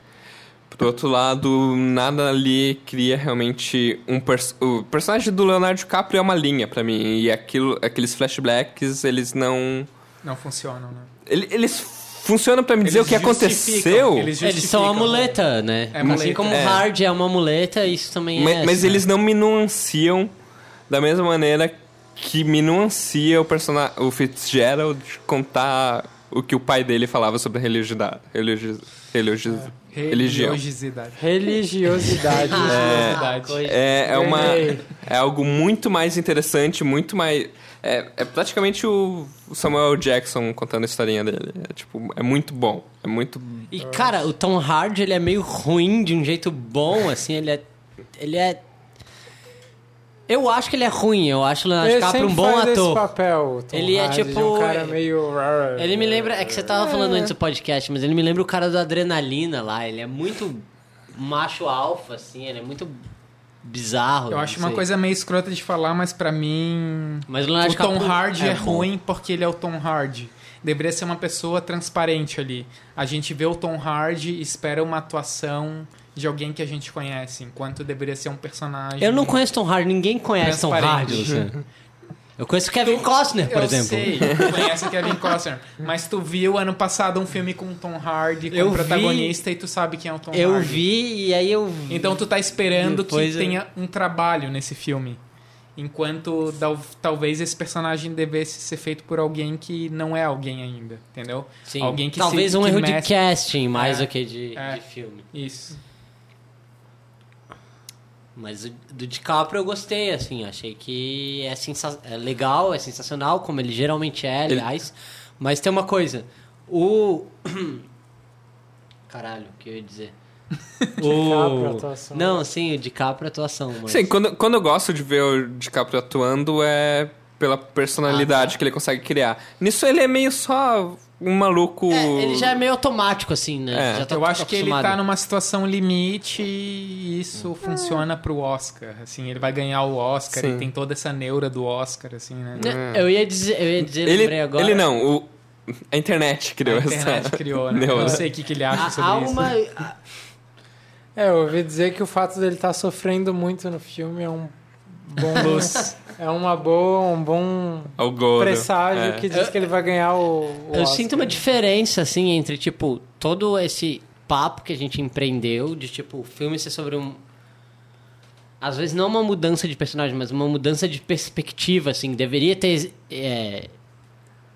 Por outro lado, nada ali cria realmente um pers o personagem do Leonardo DiCaprio é uma linha pra mim e aquilo, aqueles flashbacks, eles não Não funcionam, né? ele- eles funcionam pra me dizer Eles o que justificam, aconteceu. Eles são a justificam. muleta, né? É Assim muleta. como É. Hard é uma muleta, isso também Ma- é. Mas, assim, eles né? não me nuanciam da mesma maneira que me nuancia o, persona- o Fitzgerald contar o que o pai dele falava sobre a religida- religi- religi- É. religião. Religiosidade. [laughs] Religiosidade. Religiosidade. É. coisa. É, é, uma, Ganhei. é algo muito mais interessante, muito mais. É, é praticamente o Samuel Jackson contando a historinha dele. É, tipo, é muito bom. É muito. E, cara, o Tom Hardy, ele é meio ruim de um jeito bom, assim, ele é... Ele é... Eu acho que ele é ruim, eu acho o Leonardo Ele DiCaprio sempre um bom faz esse ator. papel, o Tom Ele é Hardy, de tipo- um cara meio... Ele me lembra... É que você tava falando antes do podcast, mas ele me lembra o cara do Adrenalina lá, ele é muito macho alfa, assim, ele é muito bizarro. Eu acho não uma sei. coisa meio escrota de falar, mas pra mim. Mas O Leonardo Tom DiCaprio Hardy é, um bom. ruim porque ele é o Tom Hardy. Deveria ser uma pessoa transparente ali. A gente vê o Tom Hardy e espera uma atuação de alguém que a gente conhece, enquanto deveria ser um personagem. Eu não conheço Tom Hardy, ninguém conhece Tom Hardy. Transparente. Luciano. Eu conheço Kevin Costner, por eu exemplo. sei, tu conhece o Kevin Costner. Mas tu viu ano passado um filme com o Tom Hardy Eu como vi- protagonista e tu sabe quem é o Tom Eu Hardy. vi e aí eu. Então tu tá esperando Depois que eu- tenha um trabalho nesse filme. Enquanto dal- talvez esse personagem devesse ser feito por alguém que não é alguém ainda, entendeu? Sim, alguém que Talvez se- um que erro de mestre- casting mais É, do que de, é. de filme. Isso. Mas o- do DiCaprio eu gostei, assim. Achei que é, sensa- é legal, é sensacional, como ele geralmente é, Ele- aliás. Mas tem uma coisa. O. [clears throat] Caralho, o que eu ia dizer? DiCaprio, um atuação. Não, sim, o DiCaprio é atuação. Mas... Sim, quando, quando eu gosto de ver o DiCaprio atuando é pela personalidade que ele consegue criar. Nisso ele é meio só um maluco. É, ele já é meio automático, assim, né? É, já tá eu acho que ele acostumado. tá numa situação limite e isso funciona pro Oscar, assim, ele vai ganhar o Oscar, Sim. ele tem toda essa neura do Oscar, assim, né? Né, Eu ia dizer, eu ia dizer Ele, lembrei agora. ele não, o, a internet A criou essa. [laughs] é. internet criou, né? Deu, Eu né? não sei o que, que ele acha Há, Ah, sobre há isso. uma. É, eu ouvi dizer que o fato dele estar sofrendo muito no filme é um [laughs] bom luz. É uma boa, um bom O Goro. presságio é. que diz que ele vai ganhar o. o Eu Oscar. sinto uma diferença, assim, entre, tipo, todo esse papo que a gente empreendeu de, tipo, o filme ser sobre um. Às vezes não uma mudança de personagem, mas uma mudança de perspectiva, assim. Deveria ter. é,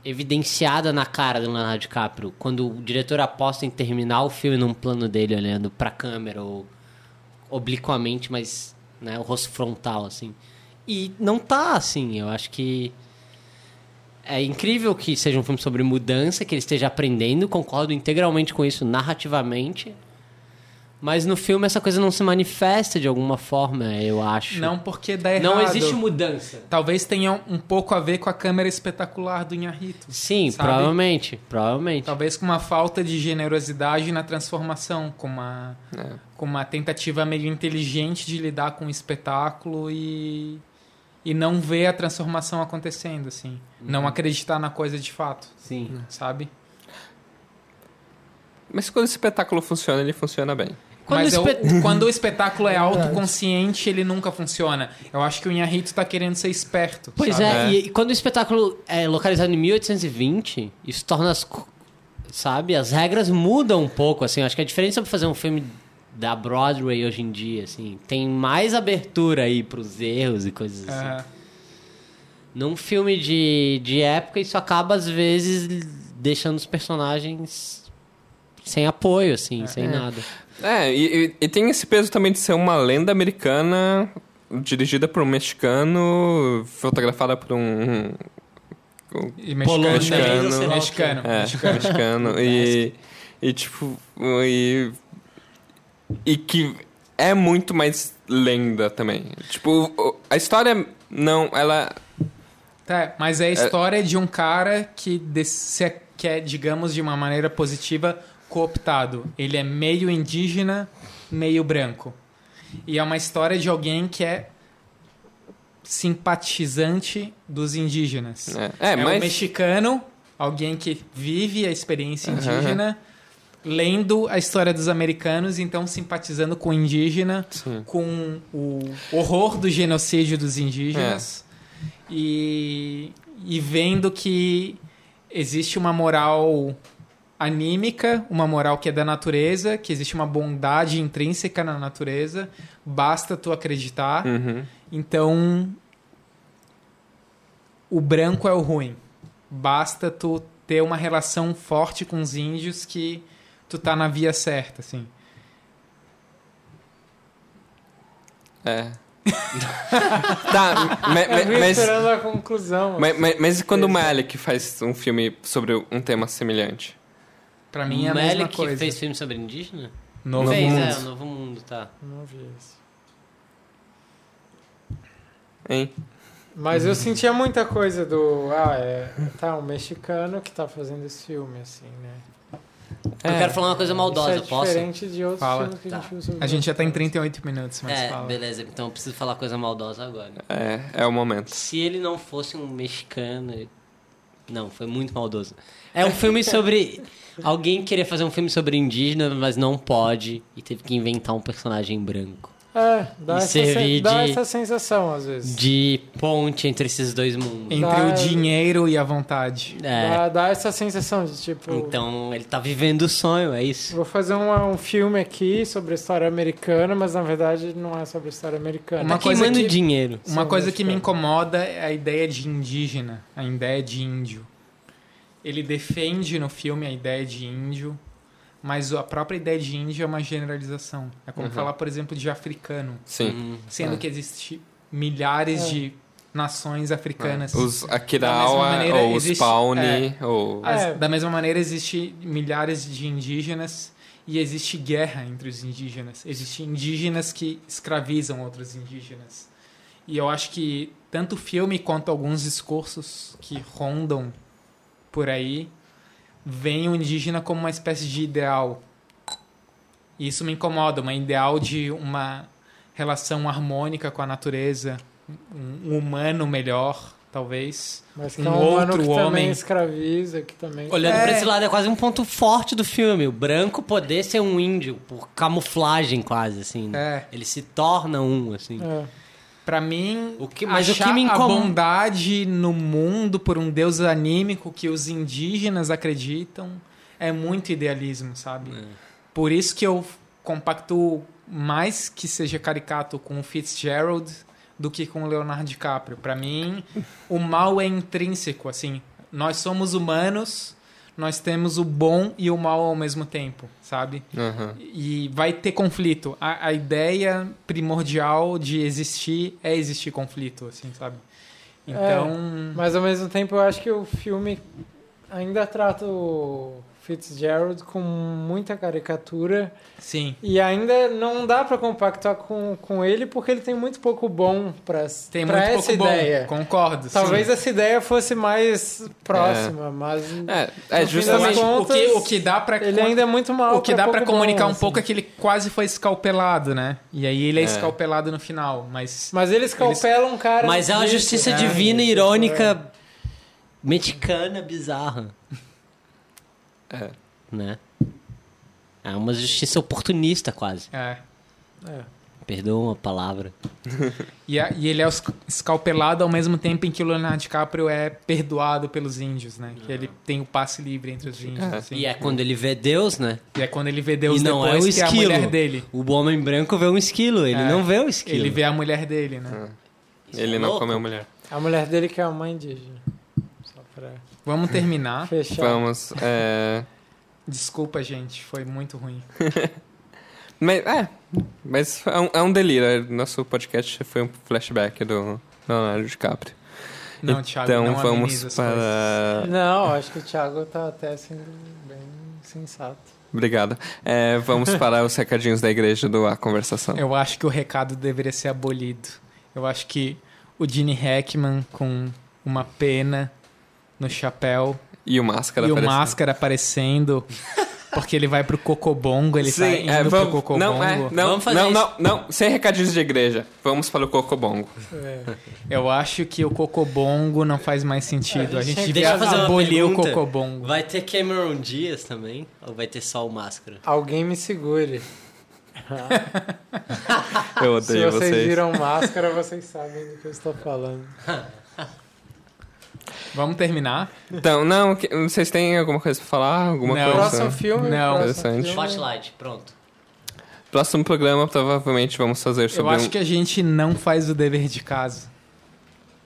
evidenciada na cara do Leonardo DiCaprio. Quando o diretor aposta em terminar o filme num plano dele olhando pra câmera ou obliquamente, mas né, o rosto frontal, assim. E não tá assim, eu acho que. É incrível que seja um filme sobre mudança, que ele esteja aprendendo, concordo integralmente com isso narrativamente. Mas no filme essa coisa não se manifesta de alguma forma, eu acho. Não porque dá errado. não existe um- mudança. Talvez tenha um pouco a ver com a câmera espetacular do Inharito. Sim, Sabe? Tá provavelmente, provavelmente. Talvez com uma falta de generosidade na transformação, com uma, É. com uma tentativa meio inteligente de lidar com o espetáculo e, e não ver a transformação acontecendo, assim. Uhum. Não acreditar na coisa de fato, Sim. sabe? Mas quando esse espetáculo funciona, ele funciona bem. Quando Mas o eu- [laughs] espet- quando o espetáculo é autoconsciente, ele nunca funciona. Eu acho que o Inharito tá querendo ser esperto. Pois sabe? é, É. E, e quando o espetáculo é localizado em 1820, isso torna as. co- Sabe? As regras mudam um pouco, assim. Eu Acho que a diferença pra fazer um filme da Broadway hoje em dia, assim, tem mais abertura aí pros erros e coisas assim. É. Num filme de, de época, isso acaba, às vezes, deixando os personagens sem apoio, assim, É. sem nada. É, e, e- e tem esse peso também de ser uma lenda americana dirigida por um mexicano, fotografada por um, um- E Polonês, mexicano. sei lá o mexicano. É, mexicano. e, e tipo. E, e que é muito mais lenda também. Tipo, o- a história não. Ela. Tá, mas é a história de um cara que, des- se é- que é, digamos, de uma maneira positiva, cooptado. Ele é meio indígena, meio branco. E é uma história de alguém que é simpatizante dos indígenas. É, é, um mas- mexicano, alguém que vive a experiência Aham. indígena, lendo a história dos americanos, então simpatizando com o indígena, com o horror do genocídio dos indígenas É. e, e vendo que existe uma moral anímica, uma moral que é da natureza, que existe uma bondade intrínseca na natureza, basta tu acreditar. Uhum. Então, o branco é o ruim. Basta tu ter uma relação forte com os índios que tu tá na via certa, assim. É. tá, ma- ma- Eu vim mas. esperando a conclusão. assim, ma- ma- mas e quando o Malik faz um filme sobre um tema semelhante? Pra mim é a Melick mesma coisa. fez filme sobre indígena? Novo fez, Mundo. é, o Novo Mundo, tá. Não vi isso. Hein? Mas eu sentia muita coisa do. Ah, é. Tá, um mexicano que tá fazendo esse filme, assim, né? Eu quero falar uma coisa maldosa, Isso é posso? diferente de outros Fala. filmes que a gente Tá. viu sobre A gente já tá em 38 minutos, mas É, fala. beleza, então eu preciso falar coisa maldosa agora. É, é o momento. Se ele não fosse um mexicano. ele- Não, foi muito maldoso. É um filme [laughs] sobre. Alguém queria fazer um filme sobre indígena, mas não pode. E teve que inventar um personagem branco. É, dá, E essa, servir sen- dá de- essa sensação às vezes. De ponte entre esses dois mundos. Entre Tá. o dinheiro e a vontade. É. Dá, dá essa sensação de tipo. Então ele tá vivendo o sonho, é isso. Vou fazer um, um filme aqui sobre a história americana, mas na verdade não é sobre a história americana. Uma tá coisa queimando que- dinheiro. Uma Sim, coisa acho que que me é. incomoda é a ideia de indígena, a ideia de índio. Ele defende no filme a ideia de índio, mas a própria ideia de índio é uma generalização. É como Uhum. falar, por exemplo, de africano, Sim. Hum. sendo É. que existem milhares É. de nações africanas. Os Da mesma Akirawa, maneira, ou os existe- Ah. Pawnee, ou... As- É. Da mesma maneira, existe milhares de indígenas e existe guerra entre os indígenas. Existem indígenas que escravizam outros indígenas. E eu acho que tanto o filme quanto alguns discursos que rondam por aí veem o indígena como uma espécie de ideal. E isso me incomoda, uma ideal de uma relação harmônica com a natureza, um um humano melhor, talvez. Mas que um é um humano outro que homem- também escraviza, que também. Olhando É. pra esse lado é quase um ponto forte do filme. O branco poder ser um índio, por camuflagem quase, assim. né? É. Ele se torna um, assim. É. Pra mim, O que- mas o achar que me a incom- bondade no mundo por um deus anímico que os indígenas acreditam é muito idealismo, sabe? É. Por isso que eu compacto mais que seja caricato com o Fitzgerald do que com o Leonardo DiCaprio. Pra mim, o mal é intrínseco, assim. Nós somos humanos, nós temos o bom e o mal ao mesmo tempo, sabe? Aham. E vai ter conflito. A, a ideia primordial de existir é existir conflito, assim, sabe? Então. Mas ao mesmo tempo eu acho que o filme ainda trata o Fitzgerald com muita caricatura. Sim. E ainda não dá pra compactuar com, com ele porque ele tem muito pouco bom pra, Tem pra muito essa pouco ideia. bom. Concordo. Talvez sim. essa ideia fosse mais próxima, mas É, é No fim das justamente... contas, o que, o que dá pra. ele ainda é muito mal. O que dá pra pouco comunicar bom, um pouco assim. é que ele quase foi escalpelado, né? E aí ele é, É. escalpelado no final, mas. Mas ele escalpela um cara. Mas é uma desse, justiça né? divina, Isso, irônica, mexicana, bizarra. É. Né? É uma justiça oportunista, quase. É. é. Perdoa a palavra. E, a- e ele é os- escalpelado ao mesmo tempo em que o Leonardo DiCaprio é perdoado pelos índios, né? Que ele tem o passe livre entre os índios. É. assim. E é quando ele vê Deus, né? E é quando ele vê Deus E não é depois o que é a esquilo. mulher dele. O homem branco vê um esquilo, ele É. não vê o esquilo. Ele vê a mulher dele, né? Isso Ele é não louco. comeu mulher. A mulher dele que é uma indígena. Só pra Vamos Ah. terminar. fechar. Vamos, é... Desculpa, gente, foi muito ruim. Mas, é, mas é um, é um delírio. Nosso podcast foi um flashback do Leonardo DiCaprio. Não, Thiago, então não ameniza vamos as coisas. para... Não, acho que o Thiago tá até sendo bem sensato. Obrigado. É, vamos para os recadinhos da igreja do A Conversação. Eu acho que o recado deveria ser abolido. Eu acho que o Gene Hackman com uma pena no chapéu E o Máscara e o aparecendo. máscara [laughs] aparecendo, porque ele vai pro Cocobongo, ele tá indo é, pro vamos, Cocobongo. não, é, não, Vamos fazer não, isso. não, não, sem recadinhos de igreja. Vamos para o Cocobongo. É. Eu acho que o Cocobongo não faz mais sentido. A gente Deixa devia eu fazer uma abolir o pergunta. Cocobongo. Vai ter Cameron Dias também? Ou vai ter só o Máscara? Alguém me segure. Eu Se odeio vocês, vocês. viram máscara, vocês sabem do que eu estou falando. Vamos terminar? Então, não, que- vocês têm alguma coisa pra falar? Alguma Não. coisa? Próximo filme? Não. próximo é Interessante. filme. Spotlight, pronto. Próximo programa, provavelmente, vamos fazer Eu sobre acho um- que a gente não faz o dever de casa.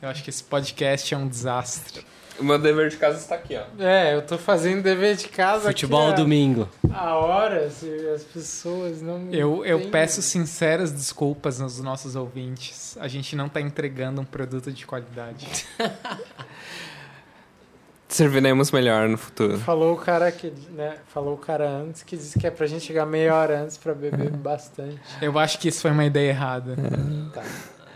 Eu acho que esse podcast é um desastre. O meu dever de casa está aqui, ó. É, eu tô fazendo dever de casa Futebol aqui domingo. a, a horas e as pessoas não... Eu, eu entendem. peço sinceras desculpas aos nossos ouvintes. A gente não tá entregando um produto de qualidade. Serviremos melhor no futuro. Falou o cara que, né, falou o cara antes que disse que é pra gente chegar meia hora antes pra É. beber bastante. Eu acho que isso foi uma ideia errada. Tá.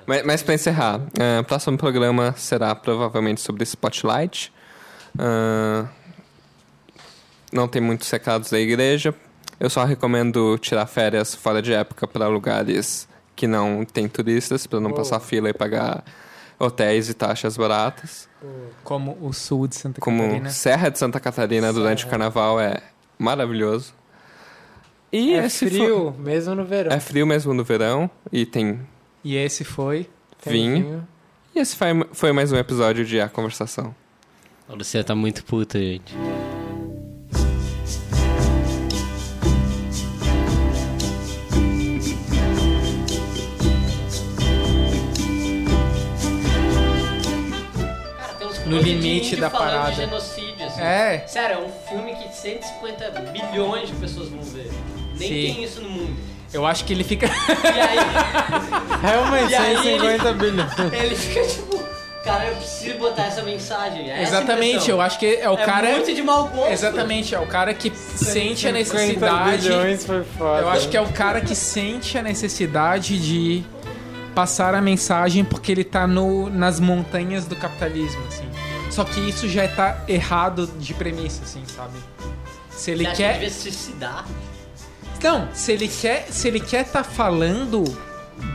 Mas, mas pra encerrar, ah, o próximo programa será provavelmente sobre Spotlight. Ah, É, não tem muitos recados da igreja. Eu só recomendo tirar férias fora de época para lugares que não tem turistas, para não Boa. passar fila e pagar hotéis e taxas baratas. É. Como o sul de Santa Como Catarina. Serra de Santa Catarina durante o carnaval é maravilhoso. E é esse fo- frio, mesmo no verão. É frio mesmo no verão e tem E esse foi. Tem vinho. E esse foi, foi mais um episódio de A Conversação. A Luciana tá muito puta, gente. No coisas de limite índio da falando de parada. genocídio, É. Sério, é um filme que 150 bilhões de pessoas vão ver. Nem Sim. tem isso no mundo. Eu acho que ele fica. E aí, [laughs] Realmente, E aí 150 bilhões. ele fica tipo, cara, eu preciso botar essa mensagem. É essa [laughs] a Exatamente, impressão. eu acho que é o é cara. muito de mau gosto. Exatamente, é o cara que sente a 150 necessidade. bilhões foi foda. Eu acho que é o cara que sente a necessidade de passar a mensagem porque ele tá no, nas montanhas do capitalismo, assim. Só que isso já tá errado de premissa, assim, sabe? Se ele Você acha quer. que devia se suicidar? Não, se ele quer, se ele quer tá falando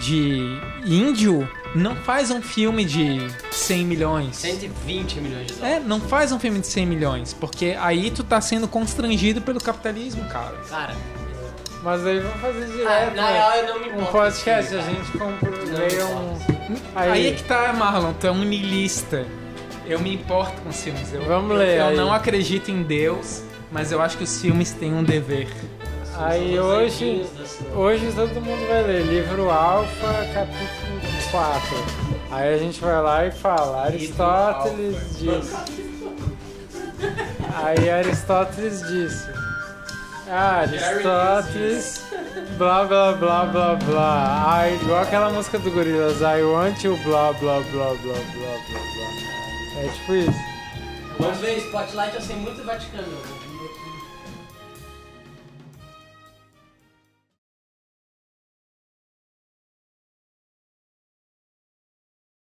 de índio, não faz um filme de 100 milhões. 120 milhões de dólares. É, não faz um filme de 100 milhões, porque aí tu tá sendo constrangido pelo capitalismo, cara. Cara, é- Mas aí vamos fazer ah, direto. na real eu não me É, Um importo. podcast, a cara. gente compra Não meio um. importa. Aí... é que tá, Marlon, tu é um niilista. Eu me importo com os filmes. Eu, Vamos eu- ler Eu aí. não acredito em Deus, mas eu acho que os filmes têm um dever. Aí hoje, assim. hoje todo mundo vai ler livro Alfa, capítulo 4. Aí a gente vai lá e fala, Aristóteles disse. Aí Aristóteles disse. Ah, Aristóteles, blá blá blá blá blá. Ah, igual aquela música do Gorillaz, I want you, blá blá blá blá blá blá blá. É tipo isso. Vamos ver, Spotlight eu sei muito do Vaticano. né?